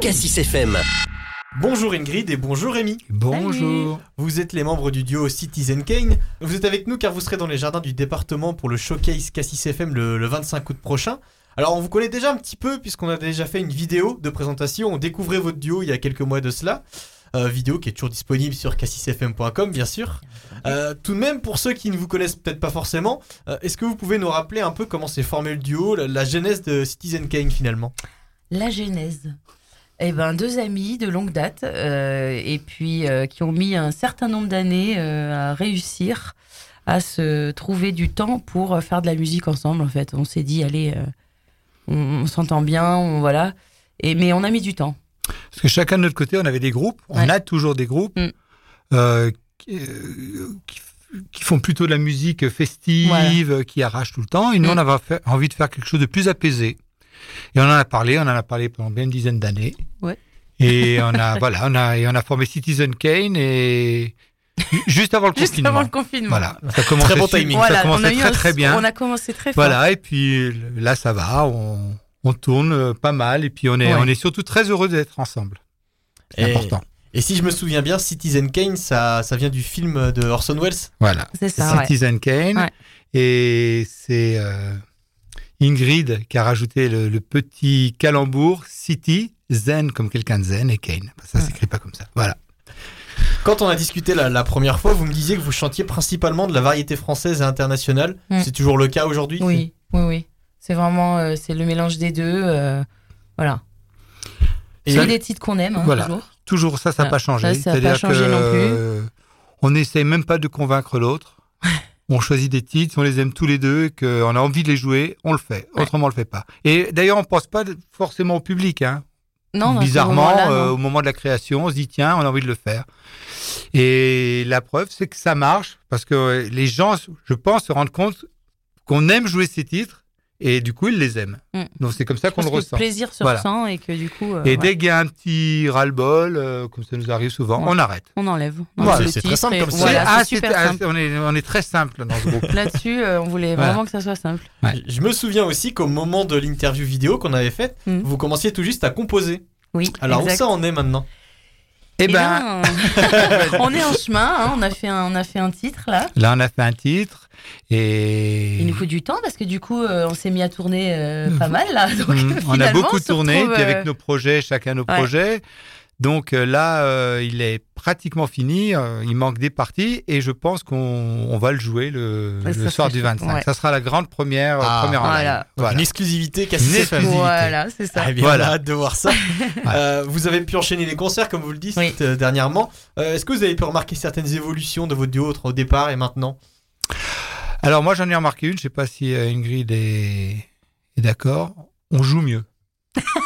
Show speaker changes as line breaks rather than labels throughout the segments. Cassis FM.
Bonjour Ingrid et bonjour Rémi.
Bonjour.
Vous êtes les membres du duo Citizen Kane. Vous êtes avec nous car vous serez dans les jardins du département pour le showcase Cassis FM le, le 25 août prochain. Alors on vous connaît déjà un petit peu puisqu'on a déjà fait une vidéo de présentation. On découvrait votre duo il y a quelques mois de cela. Euh, vidéo qui est toujours disponible sur cassisfm.com bien sûr. Euh, tout de même pour ceux qui ne vous connaissent peut-être pas forcément, euh, est-ce que vous pouvez nous rappeler un peu comment s'est formé le duo, la, la genèse de Citizen Kane finalement
La genèse. Eh ben, deux amis de longue date euh, et puis euh, qui ont mis un certain nombre d'années euh, à réussir à se trouver du temps pour euh, faire de la musique ensemble. En fait, on s'est dit allez, euh, on, on s'entend bien, on voilà. Et mais on a mis du temps.
Parce que chacun de notre côté, on avait des groupes, on
Ouais.
a toujours des groupes
Mm.
euh, qui, euh, qui f- qui font plutôt de la musique festive, qui arrachent tout le temps. Et nous,
Mm.
on avait fait- envie de faire quelque chose de plus apaisé. Et on en a parlé, on en a parlé pendant bien une dizaine d'années.
Ouais.
Et on a voilà, on a et on a formé Citizen Kane et ju- juste avant le
Juste
confinement.
avant le confinement.
Voilà, ça commençait
Très bon
su-
timing.
ça
Voilà, on a
commençait
eu
très
un-
très bien.
On a commencé très fort.
Voilà, et puis le- là, ça va, on, on tourne euh, pas mal, et puis on est,
Ouais.
on est surtout très heureux d'être ensemble.
Et-
C'est important.
Et si je me souviens bien, Citizen Kane, ça, ça vient du film de Orson Welles.
Voilà.
C'est ça. ouais.
Citizen Kane. Et c'est euh, Ingrid qui a rajouté le, le petit calembour City, Zen comme quelqu'un de Zen, et Kane. Bah, Ça s'écrit pas comme ça. Voilà.
Quand on a discuté la, la première fois, vous me disiez que vous chantiez principalement de la variété française et internationale.
Mm.
C'est toujours le cas aujourd'hui
Oui, oui, oui. C'est vraiment euh, c'est le mélange des deux. euh, voilà.
Et
C'est
là-
des titres qu'on aime hein,
Voilà.
toujours.
Toujours ça, ça n'a
Ah,
pas
ça,
changé.
ça a pas
C'est-à-dire
changé non plus.
euh, On n'essaye même pas de convaincre l'autre. on choisit des titres, on les aime tous les deux, et qu'on a envie de les jouer, on le fait.
Ouais.
Autrement, on le fait pas. Et d'ailleurs, on pense pas de- forcément au public. Hein.
Non, dans ce
Bizarrement,
moment-là,
euh,
non.
au moment de la création, on se dit tiens, on a envie de le faire. Et la preuve, c'est que ça marche parce que euh, les gens, je pense, se rendent compte qu'on aime jouer ces titres et du coup, ils les aiment.
Mm.
Donc c'est comme ça
Je
qu'on
pense
le
que
ressent.
plaisir se
Voilà.
ressent et que du coup, euh,
Et
ouais,
dès qu'il y a un petit ras-le-bol, euh, comme ça nous arrive souvent,
Ouais.
on arrête.
on enlève. On
Voilà,
enlève le
c'est très
titre
simple
et
comme ça.
voilà,
Ah,
c'est
c'est-
super
ah,
simple.
on, est, on est très simple dans ce groupe.
Là-dessus, euh, on voulait
Voilà.
vraiment que ça soit simple.
Ouais.
Je me souviens aussi qu'au moment de l'interview vidéo qu'on avait faite,
Mm.
vous commenciez tout juste à composer.
Oui.
Alors
exact.
où ça en est maintenant
Eh
Eh
ben,
ben, on est en chemin. hein, on a fait un, on a fait un titre là.
là, on a fait un titre et
Il nous faut du temps parce que du coup, euh, on s'est mis à tourner euh, pas mal là. Donc,
Mm. on a
finalement,
beaucoup
se
tourné,
retrouve,
puis
euh,
avec nos projets, chacun nos
ouais.
projets. Donc euh, là, euh, il est pratiquement fini. euh, il manque des parties et je pense qu'on on va le jouer le,
Ça
le soir
serait
du
chouette,
25.
ouais.
Ça sera la grande première, euh,
Ah,
première en
voilà.
live. Voilà.
Une exclusivité Cassis
Une
FM.
exclusivité.
Voilà, c'est ça.
Ah, eh bien,
Voilà.
on a hâte de voir ça. Euh, vous avez pu enchaîner les concerts, comme vous le dites
Oui.
euh, dernièrement. Euh, Est-ce que vous avez pu remarquer certaines évolutions de votre duo entre au départ et maintenant
Alors moi, j'en ai remarqué une. Je sais pas si euh, Ingrid est, est d'accord. On joue mieux.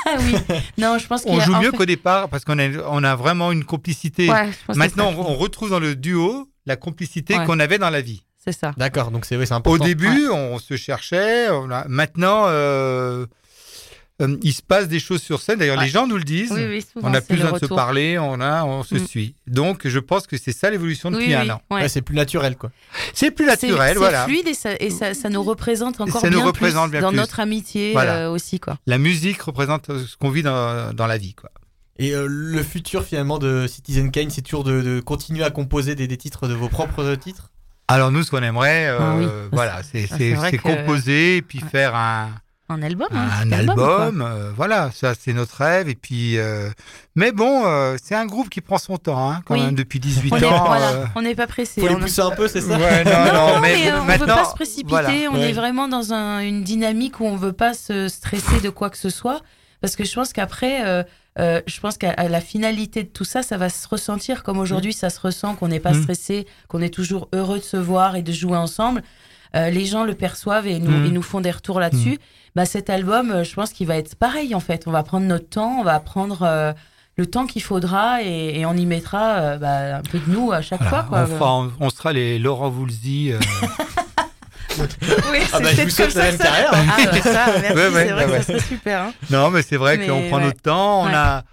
Ah oui. Non, je pense qu'il
On
y a
joue
un
mieux
fait-
qu'au départ parce qu'on a, on a vraiment une complicité.
Ouais, je pense que
Maintenant,
c'est
on,
ça.
on retrouve dans le duo la complicité
Ouais.
qu'on avait dans la vie.
c'est ça.
D'accord, donc c'est oui, c'est
Au
important.
début, on se cherchait. on a- Maintenant, euh, euh, il se passe des choses sur scène. D'ailleurs,
Ouais.
les gens nous le disent.
Oui, oui, souvent,
on n'a
c'est
plus
le
besoin de se
retour.
parler. On a, on se
Mm.
suit. Donc, je pense que c'est ça l'évolution depuis
Oui,
un
oui,
an.
ouais.
Ouais, c'est plus naturel quoi.
C'est plus
C'est-
naturel,
c'est
voilà.
fluide et ça, et ça, ça nous représente encore
ça nous
bien
représente
plus
bien
dans
plus.
notre amitié
Voilà.
euh, aussi quoi.
La musique représente euh, ce qu'on vit dans, dans la vie, quoi.
Et euh, le futur finalement de Citizen Kane, c'est toujours de, de continuer à composer des, des titres de vos propres titres
Alors nous, ce qu'on aimerait, euh,
Ah oui, ça,
voilà, c'est
ça,
c'est-
c'est vrai
c'est
que-
composer et puis faire un,
Un album. hein,
un
quoi.
album, euh, voilà, ça c'est notre rêve. Et puis, euh, mais bon, euh, c'est un groupe qui prend son temps, hein, quand
Oui.
même, depuis 18
On
ans.
est- voilà,
euh,
on n'est pas pressé. hein,
Faut les
on a-
pousser un peu, c'est ça
Ouais, non,
Non,
non,
non, mais, euh,
mais,
on ne veut
maintenant,
pas se précipiter.
voilà.
on
Ouais.
est vraiment dans un- une dynamique où on ne veut pas se stresser de quoi que ce soit. Parce que je pense qu'après, euh, euh, je pense qu'à à la finalité de tout ça, ça va se ressentir comme aujourd'hui, ça se ressent qu'on n'est pas
Mm.
stressé, qu'on est toujours heureux de se voir et de jouer ensemble. Euh, les gens le perçoivent et nous,
Mm.
ils nous font des retours là-dessus. Bah, cet album, euh, je pense qu'il va être pareil en fait. On va prendre notre temps, on va prendre euh, le temps qu'il faudra et, et on y mettra euh, bah, un peu de nous à chaque fois.
Voilà,
Quoi.
on, fera- on- on sera les Laurent Voulzy. euh,
Oui,
Ah
c'est
bah, je vous
peut-être
souhaite
comme
la
ça
même
que ça.
carrière.
Ah bah ça, merci,
Ouais, ouais,
c'est vrai
ouais,
que ça serait super. hein.
non, mais c'est vrai
Mais
qu'on prend
ouais.
notre temps. On
Ouais.
a,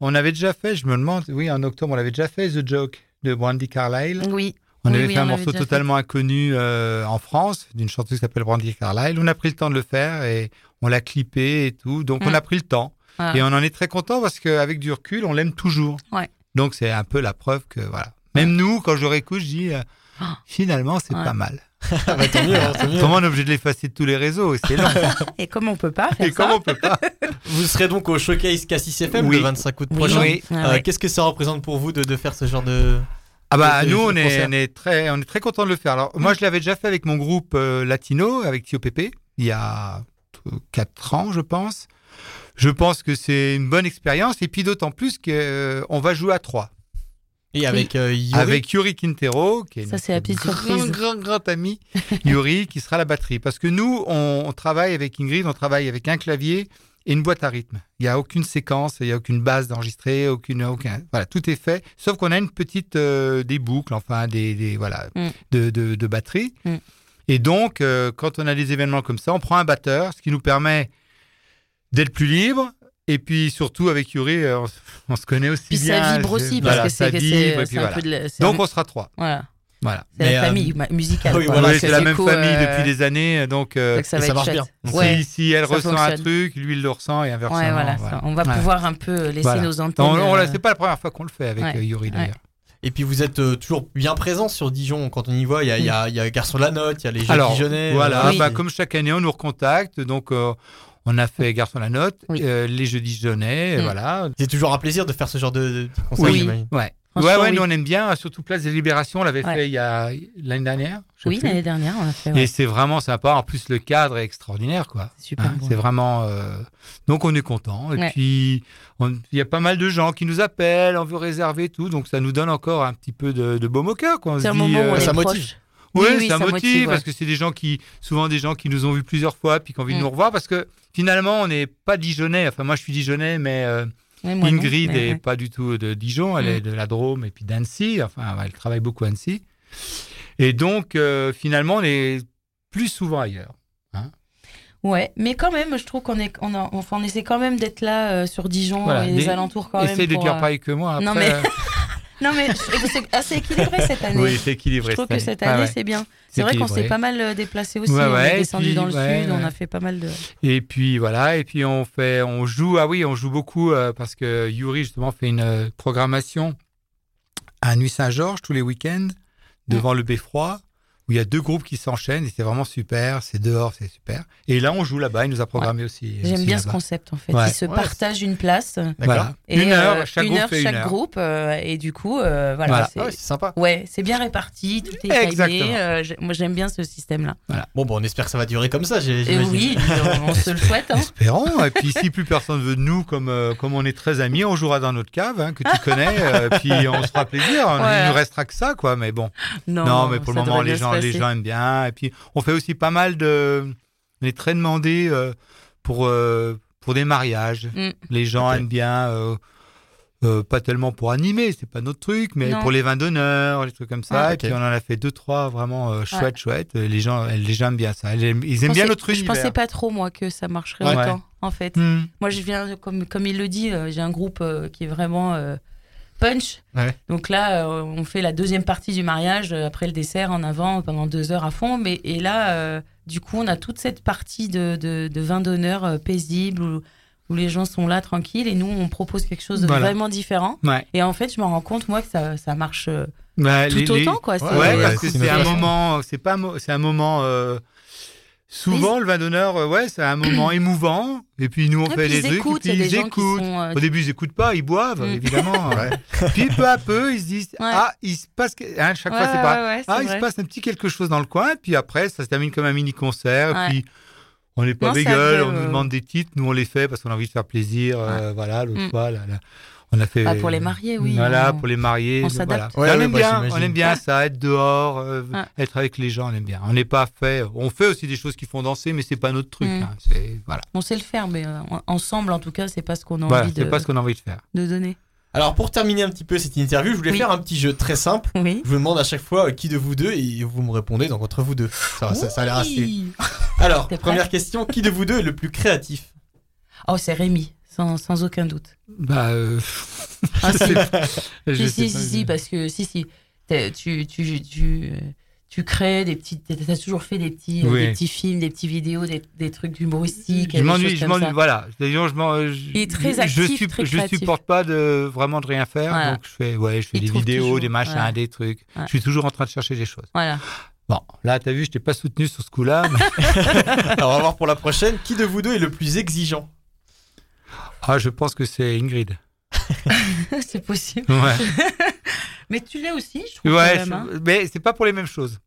on avait déjà fait. Je me demande, oui, en octobre, on l'avait déjà fait, The Joke de Brandy Carlyle.
Oui.
On
Oui,
avait
oui,
fait
on
un
l'avait
morceau
déjà fait.
totalement inconnu euh, en France, d'une chanteuse qui s'appelle Brandy Carlyle. On a pris le temps de le faire et on l'a clippé et tout. Donc
Mm.
on a pris le temps.
Ah.
Et on en est très content parce qu'avec du recul, on l'aime toujours.
Ouais.
Donc c'est un peu la preuve que voilà. Même nous, quand je réécoute, je dis euh,
Ah.
finalement c'est
Ouais.
pas mal.
Ah bah, tant mieux, hein, tant mieux.
Comment on est obligé de l'effacer de tous les réseaux et C'est long.
Et comme on peut pas faire
et
ça
comment on peut pas
Vous serez donc au showcase Cassis FM
Oui.
le 25 août
Oui.
prochain.
Oui.
Ah
Euh,
ouais.
Qu'est-ce que ça représente pour vous de, de faire ce genre de.
Ah bah
C'est-
nous
c'est
on
le
est,
concert.
on est très on est très content de le faire. Alors moi je l'avais déjà fait avec mon groupe euh, latino avec Tio Pepe il y a 4 ans je pense. Je pense que c'est une bonne expérience et puis d'autant plus que euh, on va jouer à trois
Et avec euh, Yuri.
avec Yuri Quintero qui est
Ça,
notre
c'est la petite
grand,
surprise.
grand grand ami Yuri qui sera à la batterie parce que nous on, on travaille avec Ingrid on travaille avec un clavier et une boîte à rythme. Il n'y a aucune séquence, il n'y a aucune base d'enregistrée, aucune, aucun, voilà, tout est fait. Sauf qu'on a une petite, euh, des boucles, enfin, des, des- voilà,
Mm.
de, de, de batterie.
Mm.
Et donc, euh, quand on a des événements comme ça, on prend un batteur, ce qui nous permet d'être plus libre. Et puis surtout avec Yuri, euh, on, s- on se connaît aussi
Puis
bien.
ça vibre
c'est-
aussi,
voilà,
parce que
ça
c'est-
vibre, et
c'est
puis
c'est un
voilà.
peu de la- c'est
Donc
un-
on sera trois.
voilà.
Voilà.
C'est
Mais,
la
euh,
famille ma- musicale.
oui,
quoi.
voilà,
Donc,
Oui, c'est la
du
même
coup,
famille
euh,
depuis des années, donc euh,
donc ça va
ça
être
marche
chouette.
bien.
Ouais,
si, si elle
ça
ressent un
fonctionne.
truc, lui il le ressent et inversement.
ouais, voilà, ça.
voilà.
On va
Ouais.
pouvoir un peu laisser
Voilà.
nos
Non,
antennes.
on, on l'a-
euh,
c'est pas la première fois qu'on le fait avec
ouais,
euh, Yuri d'ailleurs.
Et puis vous êtes euh, toujours bien présent sur Dijon. Quand on y voit, il y a, il y a- il y a Garçon de la Note, il y a les Jeux
Alors,
Dijonnais.
voilà,
euh,
bah, comme chaque année, on nous recontacte. Donc, euh, on a fait Garçon la Note,
Oui.
euh, les Jeudis Jeunets,
Mm.
voilà.
C'est toujours un plaisir de faire ce genre de, de concert,
Oui.
j'imagine.
Ouais.
Franchement,
ouais, ouais,
oui.
nous on aime bien, surtout Place des Libérations, on l'avait
Ouais.
fait il y a l'année dernière. je sais
Oui,
plus.
l'année dernière, on l'a fait.
Et
ouais.
c'est vraiment sympa. En plus, le cadre est extraordinaire, quoi.
C'est super
Hein,
bon.
C'est vraiment. euh, Donc, on est content. Et
Ouais.
puis, on- il y a pas mal de gens qui nous appellent, on veut réserver et tout. Donc, ça nous donne encore un petit peu de, de baume au cœur, quoi. On
C'est
se
un
dit,
moment où
euh,
on
ça
est
motive.
proche.
Oui,
Oui, oui,
ça,
ça
motive,
motive, ouais.
parce que c'est des gens qui, souvent des gens qui nous ont vus plusieurs fois, puis qui ont envie de
Mm.
nous revoir, parce que finalement, on n'est pas Dijonais. Enfin, moi, je suis Dijonais, mais euh,
Oui, moi non,
Ingrid
mais
n'est
ouais.
pas du tout de Dijon, elle
Mm.
est de la Drôme et puis d'Annecy. Enfin, elle travaille beaucoup à Annecy. Et donc, euh, finalement, on est plus souvent ailleurs.
Ouais, mais quand même, je trouve qu'on est, on a- enfin, on essaie quand même d'être là euh, sur Dijon
Voilà,
et les
des-
alentours quand même.
Essaye de
pour,
dire
euh,
pareil que moi. Après,
non, mais-
euh,
Non, mais je trouve que c'est assez équilibré cette année.
oui, c'est
je
équilibré.
trouve que cette
Ah
année,
ouais.
c'est bien. C'est vrai qu'on s'est
équilibré.
pas mal euh, déplacé aussi.
Ouais,
on
ouais,
est
et
descendu
puis,
dans le
ouais,
sud, on
ouais.
a fait pas mal de.
Et puis voilà, et puis on fait, on joue, ah oui, on joue beaucoup euh, parce que Yuri justement fait une euh, programmation à Nuit Saint-Georges tous les week-ends devant le Beffroi où il y a deux groupes qui s'enchaînent et c'est vraiment super, c'est dehors, c'est super. Et là on joue là-bas, il nous a programmé aussi. euh,
J'aime
aussi
bien ce
là-bas.
concept en fait.
Ouais.
Ils se
Ouais,
partagent une place.
D'accord.
Voilà.
Et,
une heure,
euh,
chaque
une
groupe
heure,
fait
chaque
une heure.
groupe. euh, et du coup, euh, voilà.
Voilà.
c'est-
Ah ouais, c'est sympa.
Ouais, c'est bien réparti, tout est timé,
Exactement.
euh, j'ai- moi, j'aime bien ce système-là.
Bon, bon, on espère que ça va durer comme ça. j'ai-
Et
j'imagine.
Euh, oui, on, on se le souhaite. Hein.
Espérons. Et puis si plus personne veut de nous, comme euh, comme on est très amis, on jouera dans notre cave hein, que tu connais. euh, puis on se fera plaisir. hein.
Ouais.
Il nous restera que ça, quoi. Mais bon.
Non,
Non, mais pour le
ça
moment,
devrait
les
bien
gens,
se
les
passer.
gens aiment bien. Et puis, on fait aussi pas mal de. On est très demandé euh, pour, euh, pour des mariages.
Mm.
Les gens
Ok.
aiment bien. euh, euh, pas tellement pour animer, c'est pas notre truc, mais
Non.
pour les vins d'honneur, les trucs comme ça.
Ah,
Et
ok.
puis on en a fait deux, trois vraiment euh, chouettes, chouettes. Euh, Les gens, les gens aiment bien ça. Ils aiment, ils aiment
Je
bien
pensais-
notre
Je
univers.
pensais pas trop, moi, que ça marcherait
Ouais.
autant, en fait.
Mm.
Moi, je viens, comme, comme il le dit, euh, j'ai un groupe euh, qui est vraiment euh, punch.
Ouais.
Donc là, euh, on fait la deuxième partie du mariage, euh, après le dessert, en avant, pendant deux heures à fond. Mais, et là, euh, du coup, on a toute cette partie de, de, de vin d'honneur euh, paisible où, où les gens sont là tranquilles et nous, on propose quelque chose de
Voilà.
vraiment différent.
Ouais.
Et en fait, je me rends compte, moi, que ça, ça marche euh,
Bah,
tout
les- les-
autant, quoi. euh,
Ouais,
Ouais,
parce
ouais,
que
c'est
c'est un
une-
moment, euh, c'est pas, un mo- c'est un moment. euh, souvent, le vin d'honneur, euh, ouais, c'est un moment émouvant. Et puis nous, on
Et
fait
Ah, puis,
des
ils
trucs,
écoutent,
et puis
il y a
ils
des gens qui
écoutent.
sont, euh,
Au début, ils écoutent pas, ils boivent,
Mm.
évidemment. puis peu à peu, ils se disent, ah, il se passe, que- hein, chaque fois, c'est pas.
ouais, ouais, c'est
Ah, il
vrai.
se passe un petit quelque chose dans le coin, et puis après, ça se termine comme un mini concert,
Ouais.
puis on n'est pas
Non, euh, c'est
bégueule, on
agréable,
nous
ouais.
demande des titres, nous on les fait parce qu'on a envie de faire plaisir, euh, voilà, l'autre
Mm.
fois, là, là, on a fait.
Ah, pour les mariés, oui,
Voilà,
on-
pour les mariés,
on
donc voilà.
s'adapte.
Ouais,
on
ouais,
aime
bah,
bien,
j'imagine.
on aime bien ça, être dehors, euh,
Ah.
être avec les gens, on aime bien. On n'est pas fait, on fait aussi des choses qui font danser, mais c'est pas notre truc,
Mm.
hein, c'est voilà,
On sait le faire, mais euh, en- ensemble, en tout cas, c'est pas ce qu'on a
Voilà,
envie
c'est
de,
pas ce qu'on a envie de faire.
de donner.
Alors, pour terminer un petit peu cette interview, je voulais
Oui.
faire un petit jeu très simple.
Oui.
Je vous demande à chaque fois euh, qui de vous deux et vous me répondez donc entre vous deux. Ça, va, Ah, ça, ça a l'air assez.
Oui.
Alors,
T'es prêt
première question qui de vous deux est le plus créatif
Oh, c'est Rémi, sans, sans aucun doute.
Bah, euh,
Ah,
je
si.
sais pas, je
si,
sais
si, bah,
pas,
si, si, parce
je-
que si, si. T'es- Tu, tu, tu, euh, tu, tu crées des petites. T'as toujours fait des petits, euh,
Oui.
des petits films, des petits vidéos, des, des trucs humoristiques.
Je
des
m'ennuie,
choses
je
comme
m'ennuie,
ça.
voilà. D'ailleurs, je m'en- je-
Il est très
je- je,
actif,
sup-
très
je
créatif.
supporte pas de vraiment de rien faire.
Voilà.
Donc je fais, ouais, je fais
Il
des
trouve
vidéos,
toujours,
des machins,
voilà.
des trucs.
Ouais.
Je suis toujours en train de chercher des choses.
Voilà.
Bon, là, t'as vu, je t'ai pas soutenu sur ce coup-là. mais-
Alors, on va voir pour la prochaine. Qui de vous deux est le plus exigeant
ah, je pense que c'est Ingrid.
c'est possible.
Ouais.
Mais tu l'es aussi, je trouve.
Ouais,
quand même, hein.
je- mais c'est pas pour les mêmes choses.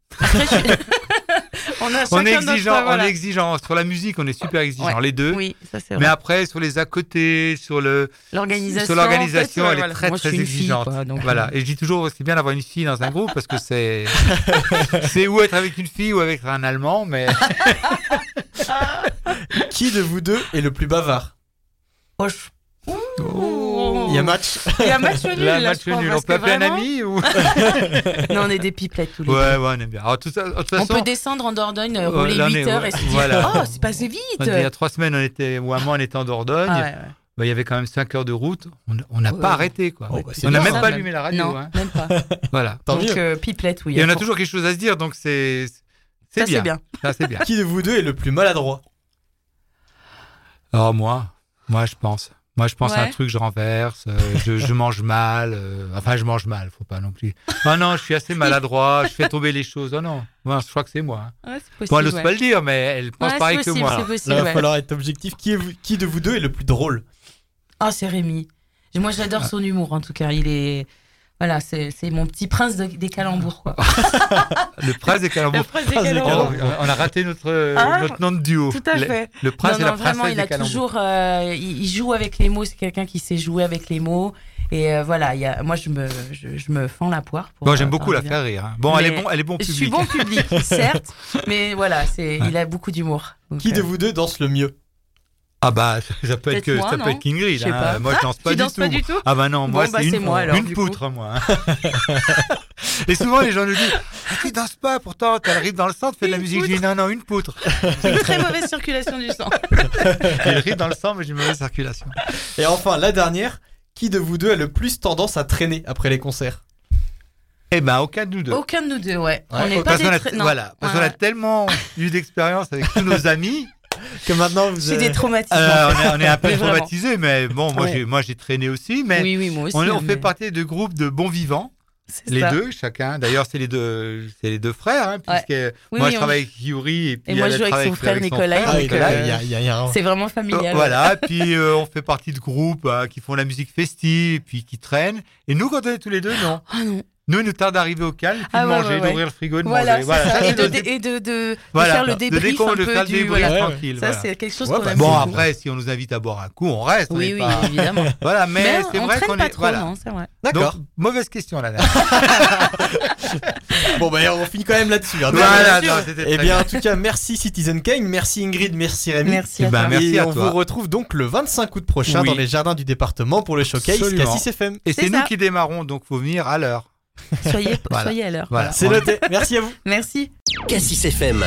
On, a
on est
chacun notre-
exigeant, on
voilà.
est exigeant. Sur la musique, on est super exigeant,
Ouais.
les deux.
Oui, ça c'est
Mais
vrai.
après, sur les à côté, sur le,
L'organisation.
sur
en
l'organisation,
fait,
elle est
voilà.
très
Moi, je
très
suis une fille,
exigeante.
quoi, donc, euh.
voilà. Et je dis toujours, c'est bien d'avoir une fille dans un groupe parce que c'est, c'est ou être avec une fille ou avec un Allemand, mais
Ah,
Qui de vous deux est le plus bavard
Oh, je- Oh.
Il y a match.
Il y a match nul.
là,
je
match
crois,
nul, on
parce
peut
que
appeler un
vraiment-
ami ou.
Non, on est des pipettes tous les
Ouais,
deux.
ouais, on aime bien. Alors, tout ça, de toute
On
façon,
peut descendre en Dordogne,
Ouais,
rouler
là, on
8
est-
heures et
ouais,
se dire
voilà.
Oh, c'est passé vite
il y a trois semaines, on était, ou un mois, on était en Dordogne.
Ah ouais, ouais.
Bah, il y avait quand même 5 heures de route. On on n'a
Ouais.
pas arrêté, quoi.
Oh, bah, c'est
on n'a
bien,
même
ça,
pas
même.
allumé la radio.
Non,
hein.
même pas.
Voilà.
Tant
Donc,
mieux.
euh, pipelette, oui.
Et on a
fort-
toujours quelque chose à se dire, donc c'est. C'est
Ça,
bien.
c'est bien.
Ça, c'est bien.
hein. Qui de vous deux est le plus maladroit
Oh, moi, moi, je pense. Moi, je pense à un
Ouais.
truc, je renverse, euh, je, je mange mal. euh, enfin, je mange mal, faut pas non plus. Ah non, je suis assez maladroit, je fais tomber les choses. Oh non, moi, je crois que c'est moi. hein.
Ouais, c'est possible.
Bon, elle n'ose
ouais.
pas le dire, mais elle pense
Ouais, c'est
pareil
possible,
que moi.
c'est
Alors,
possible,
Là, il va
ouais.
falloir être objectif. Qui, est vous- qui de vous deux est le plus drôle
Ah, c'est Rémi. Et Moi, j'adore son humour, en tout cas. Il est. Voilà, c'est c'est mon petit prince de- des calembours, quoi.
le prince et Calembour.
Le prince des
phrase des
calembours.
calembours.
Alors, on a raté notre, euh,
Ah,
notre nom de duo.
Tout à
Le-
fait.
Le, prince
non,
et
non,
la princesse
vraiment, il
des
a
Calembours.
toujours. euh, il, il joue avec les mots, c'est quelqu'un qui sait jouer avec les mots. Et euh, voilà, il y a, moi, je me, je, je me fends la poire. Pour,
Bon, j'aime
euh,
beaucoup la
arriver à-
faire rire. hein. Bon, elle
Mais
est bon, elle est bon
Je
public.
suis bon public, certes, mais voilà, c'est, il a beaucoup d'humour. Donc,
Qui de
euh,
vous deux danse le mieux
Ah bah, ça peut
Peut-être
être que
moi,
ça
non
peut être Kingry.
Je sais pas.
Moi, je danse pas
tu
du
danses
tout.
pas du tout
Ah bah non, moi
Bon, bah,
c'est
c'est
une,
moi, alors,
une
du
poutre, moi. hein. Et souvent les gens nous disent Ah, Tu danses pas, pourtant t'as le rythme dans le sang, tu fais de la
Une
musique. Je dis Non, non, une poutre.
C'est une très mauvaise circulation du sang.
J'ai le rythme dans le sang, mais j'ai une mauvaise circulation.
Et enfin, la dernière. Qui de vous deux a le plus tendance à traîner après les concerts
Eh ben, aucun de nous deux.
Aucun de nous deux, ouais. on
Ouais,
n'est pas
Parce
des
qu'on a,
tra- non.
voilà, parce qu'on a
Ouais.
tellement eu d'expérience avec tous nos amis,
Que maintenant vous
J'ai
euh,
des traumatismes.
euh, on, est, on est un peu
Mais vraiment.
traumatisés, mais bon, moi
Ouais.
j'ai- moi j'ai traîné aussi, mais
oui, oui, moi aussi.
on, on
mais
fait partie de groupes de bons vivants.
c'est
Les
ça.
deux, chacun. D'ailleurs, c'est les deux, c'est les deux frères. Hein,
Ouais.
puisque
Oui,
moi,
oui,
je
on-
travaille avec Yuri et puis
Et moi,
elle
je joue avec
travaille
son frère Nicolas,
Ah oui,
Donc,
que là,
euh,
il y a- il y a- il y a un-
C'est vraiment
Euh,
familial. ouais.
voilà. puis euh, on fait partie de groupes hein, qui font de la musique festive, puis qui traînent. Et nous, quand on est tous les deux, non.
Ah non.
Nous, il nous tarde d'arriver au calme, puis
Ah
de
ouais,
manger,
ouais, ouais.
d'ouvrir le frigo, et de
Voilà,
manger.
c'est ça. Et
c'est
de,
notre
dé-
dé-
et de, de- de
voilà,
faire le
de
débrief
décon-
un peu
de faire le
du-
débrief
voilà.
Ouais, ouais.
tranquille.
Ça,
voilà.
c'est quelque chose
Ouais,
qu'on
bah,
aime
Bon,
beaucoup.
après, si on nous invite à boire un coup, on reste. on
Oui,
est
oui,
pas-
évidemment.
Voilà, mais,
Mais
c'est
on
vrai
traîne
qu'on
pas
est.
trop,
voilà.
non, c'est vrai.
D'accord.
Donc, mauvaise question, là.
Bon, bah, on finit quand même là-dessus. hein. Bien
voilà,
sûr.
non, c'était
Eh
très
bien, en tout cas, merci Citizen Kane, merci Ingrid, merci Rémi.
Merci à
Eh ben,
toi.
merci.
et
à
on
toi.
vous retrouve donc le 25 août prochain
Oui.
dans les jardins du département pour le showcase
Absolument.
K6 FM.
Et
C'est
c'est nous
ça.
qui démarrons, donc faut venir à l'heure.
Soyez
Voilà.
soyez à l'heure.
Voilà.
C'est noté. Merci à vous.
Merci.
Cassis FM.